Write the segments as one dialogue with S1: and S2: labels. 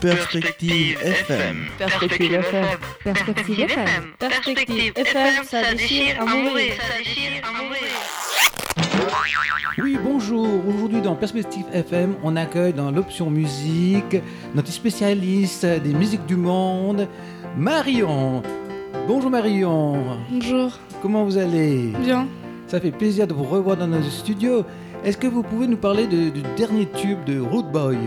S1: Perspective FM.
S2: Perspective FM. Perspective FM. Perspective FM, ça déchire à mourir. Ça déchire à mourir.
S3: Oui, bonjour. Aujourd'hui, dans Perspective FM, on accueille dans l'option musique notre spécialiste des musiques du monde, Marion. Bonjour Marion.
S4: Bonjour,
S3: Comment vous allez
S4: bien.
S3: Ça fait plaisir de vous revoir dans notre studio. Est-ce que vous pouvez nous parler de- du dernier tube de Root Boy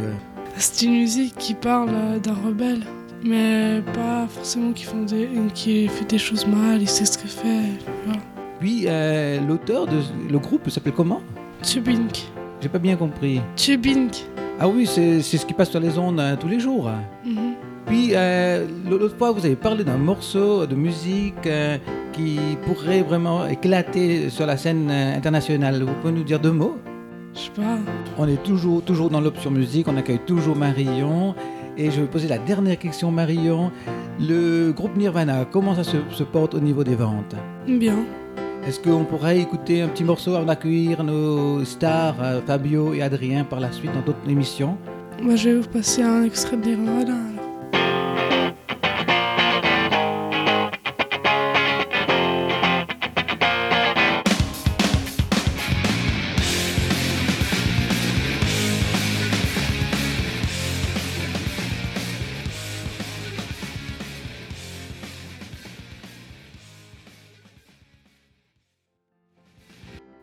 S4: C'est une musique qui parle euh, d'un rebelle, mais pas forcément qui, font des, qui fait des choses mal, il sait ce qu'il fait.
S3: Puis, euh, l'auteur de le groupe s'appelle comment
S4: Tubink.
S3: J'ai pas bien compris.
S4: Tubink.
S3: Ah oui, c'est c'est ce qui passe sur les ondes hein, tous les jours.
S4: Mhm.
S3: Puis euh, l'autre fois, vous avez parlé d'un morceau de musique euh, qui pourrait vraiment éclater sur la scène euh, internationale. Vous pouvez nous dire deux mots
S4: Je sais pas.
S3: On est toujours, toujours dans l'option musique, on accueille toujours Marion. Et je vais poser la dernière question, Marion. Le groupe Nirvana, comment ça se, se porte au niveau des ventes
S4: Bien.
S3: Est-ce qu'on pourrait écouter un petit morceau avant d'accueillir nos stars, euh, Fabio et Adrien, par la suite dans d'autres émissions
S4: Moi, je vais vous passer un extrait de Nirvana. alors.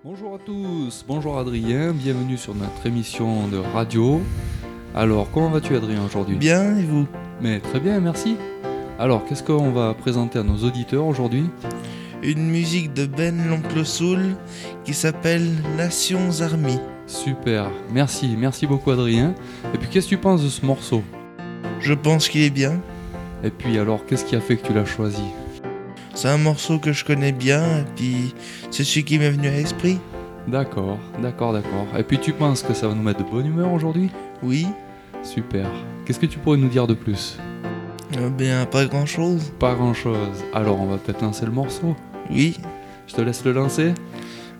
S5: Bonjour à tous, bonjour Adrien, bienvenue sur notre émission de radio. Alors, comment vas-tu Adrien aujourd'hui
S1: Bien, et vous
S5: Mais très bien, merci. Alors, qu'est-ce qu'on va présenter à nos auditeurs aujourd'hui
S1: Une musique de Ben l'Oncle Soul qui s'appelle Nations Army.
S5: Super, merci, merci beaucoup Adrien. Et puis, qu'est-ce que tu penses de ce morceau
S1: Je pense qu'il est bien.
S5: Et puis, alors, qu'est-ce qui a fait que tu l'as choisi
S1: C'est un morceau que je connais bien, et puis c'est celui qui m'est venu à l'esprit.
S5: D'accord, d'accord, d'accord. Et puis, tu penses que ça va nous mettre de bonne humeur aujourd'hui
S1: Oui,
S5: Super. Qu'est-ce que tu pourrais nous dire de plus
S1: eh bien, pas grand chose.
S5: Pas grand-chose. Alors, on va peut-être lancer le morceau.
S1: Oui,
S5: Je te laisse le lancer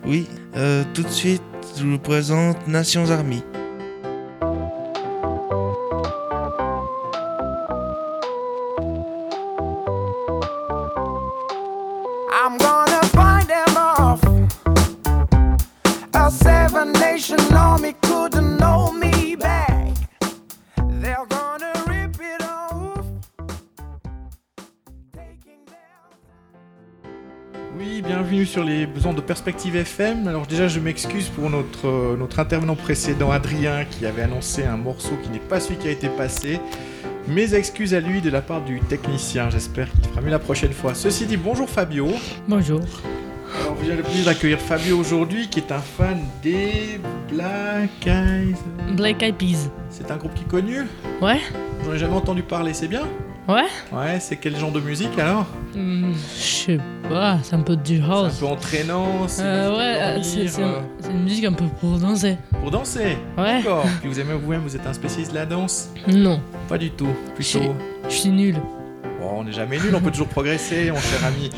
S1: oui. Euh, tout de suite, je vous présente Nations Army.
S6: I'm gonna find them off. A seven nation army couldn't hold me back. They're gonna rip it off. Taking down.
S7: Oui, bienvenue sur les besoins de Perspective FM. Alors déjà, je m'excuse pour notre, euh, notre intervenant précédent, Adrien, qui avait annoncé un morceau qui n'est pas celui qui a été passé. Mes excuses à lui de la part du technicien. J'espère qu'il fera mieux la prochaine fois. Ceci dit, bonjour Fabio.
S8: Bonjour.
S7: Alors, j'ai le plaisir d'accueillir Fabio aujourd'hui, qui est un fan des Black Eyes.
S8: Black Eyed Peas.
S7: C'est un groupe qui est connu
S8: Ouais.
S7: J'en ai jamais entendu parler, c'est bien
S8: Ouais.
S7: Ouais, c'est quel genre de musique alors
S8: Hmm, je sais pas, c'est un peu du house.
S7: C'est un peu entraînant, c'est
S8: Euh,
S7: musique
S8: ouais,
S7: pour
S8: euh, c'est
S7: dormir,
S8: c'est-
S7: euh,
S8: c'est une musique un peu pour danser.
S7: pour danser.
S8: Ouais.
S7: D'accord. Puis vous aimez vous-même, vous êtes un spécialiste de la danse
S8: Non,
S7: Pas du tout, plutôt.
S8: je suis nul.
S7: Bon, on n'est jamais nul, on peut toujours progresser, mon cher ami.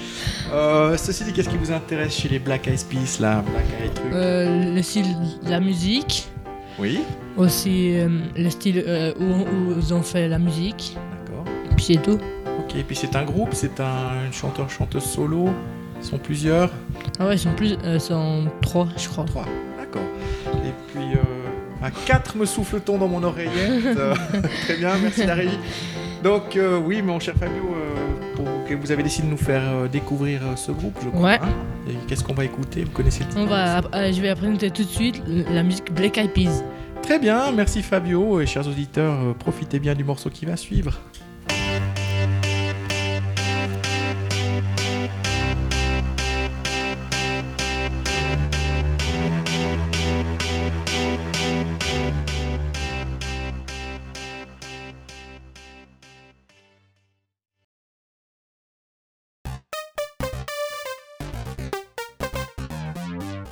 S7: Euh, ceci dit, qu'est-ce qui vous intéresse chez les Black Eyed Peas là Black Eyed truc
S8: Euh, le style, la musique,
S7: Oui,
S8: aussi euh, le style euh, où, où ils ont fait la musique,
S7: d'accord.
S8: puis c'est tout.
S7: Ok, puis c'est un groupe, c'est un chanteur chanteuse solo. Ils sont plusieurs.
S8: Ah ouais, ils sont plus, euh, ils sont trois, je crois.
S7: Trois. D'accord. Et puis euh, à quatre me souffle-t-on dans mon oreillette. Euh, très bien, merci la régie. Donc euh, oui, mon cher Fabio, euh, pour- que vous avez décidé de nous faire euh, découvrir euh, ce groupe, je crois.
S8: Ouais.
S7: hein. Et qu'est-ce qu'on va écouter Vous connaissez le titre
S8: On va, euh, je vais présenter tout de suite la musique Black Eyed Peas.
S7: Très bien, merci Fabio et chers auditeurs, euh, profitez bien du morceau qui va suivre.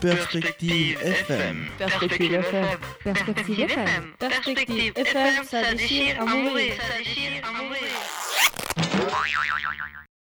S1: Perspective FM.
S2: Perspective FM. Perspective FM. Perspective FM, ça déchire à mourir. Ça déchire à